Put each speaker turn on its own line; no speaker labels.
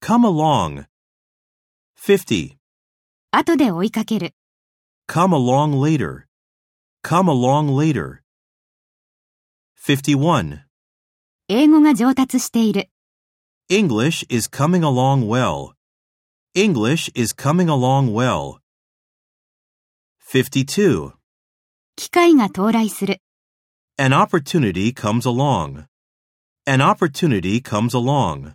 Come along. 50.
後で追いかける。
Come along later. Come along later. 51.
英語が上達している。
English is coming along well. English is coming along well. 52.
機会が到来する。
An opportunity comes along. An opportunity comes along.